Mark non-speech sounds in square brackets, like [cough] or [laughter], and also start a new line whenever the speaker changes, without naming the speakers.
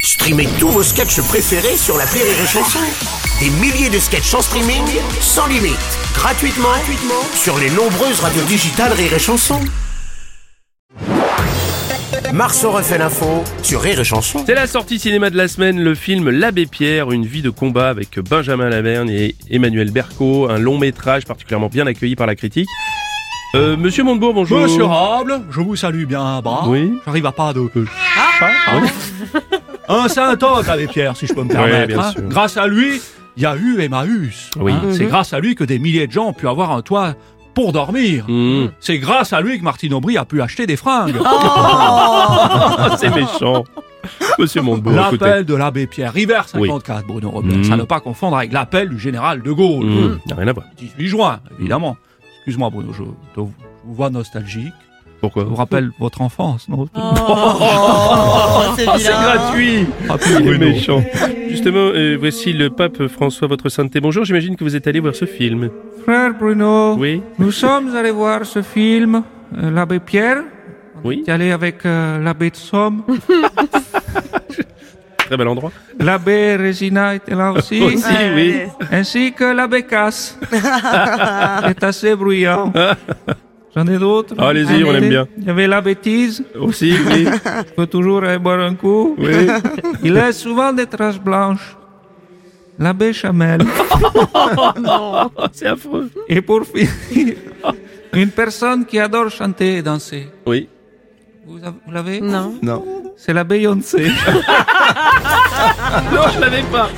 Streamez tous vos sketchs préférés sur la Rire et Chanson. Des milliers de sketchs en streaming, sans limite, gratuitement, gratuitement sur les nombreuses radios digitales Rire et Chanson. Marceau refait l'info sur Rire et Chanson.
C'est la sortie cinéma de la semaine, le film L'Abbé Pierre, une vie de combat avec Benjamin Laverne et Emmanuel Berco, un long métrage particulièrement bien accueilli par la critique. Euh, Monsieur Montebourg, bonjour.
Monsieur Rable, je vous salue bien bas.
Oui.
J'arrive à pas de. euh, pas,
Ah,
pardon. Un saint homme, Abbé Pierre, si
[laughs]
je peux me permettre. hein.
bien sûr.
Grâce à lui, il y a eu Emmaüs. hein.
Oui.
C'est grâce à lui que des milliers de gens ont pu avoir un toit pour dormir.
Mmh.
C'est grâce à lui que Martine Aubry a pu acheter des fringues.
Ah, c'est méchant. Monsieur Montebourg, écoutez.
L'appel de l'abbé Pierre. River 54, Bruno Robles.
Mmh.
À ne pas confondre avec l'appel du général de Gaulle.
Mmh, y a rien à voir.
18 juin, évidemment. Excuse-moi, Bruno, je, je vous vois nostalgique.
Pourquoi
Je vous rappelle votre enfance, non
Ah, c'est gratuit
Ah, puis
Il est
Bruno.
méchant. Justement, euh, voici le pape François, votre sainteté. Bonjour, j'imagine que vous êtes allé voir ce film.
Frère Bruno,
Oui
nous sommes allés voir ce film, euh, l'abbé Pierre.
Oui
qui allé avec euh, l'abbé
[laughs]
de Somme.
Très bel endroit.
L'abbé Résina était là aussi.
Aussi, oui.
Ainsi que l'abbé
[laughs]
Casse. C'est assez bruyant. J'en ai d'autres.
Allez-y, on aime bien.
Il y avait la bêtise.
Aussi, oui.
Il faut toujours aller boire un coup.
[laughs]
oui.
Il laisse souvent des traces blanches.
[laughs]
L'abbé Chamel.
Oh, c'est affreux.
Et pour finir, une personne qui adore chanter et danser.
Oui.
Vous avez- vous l'avez
Non.
C'est la Beyoncé.
Non, Oh, je l'avais pas.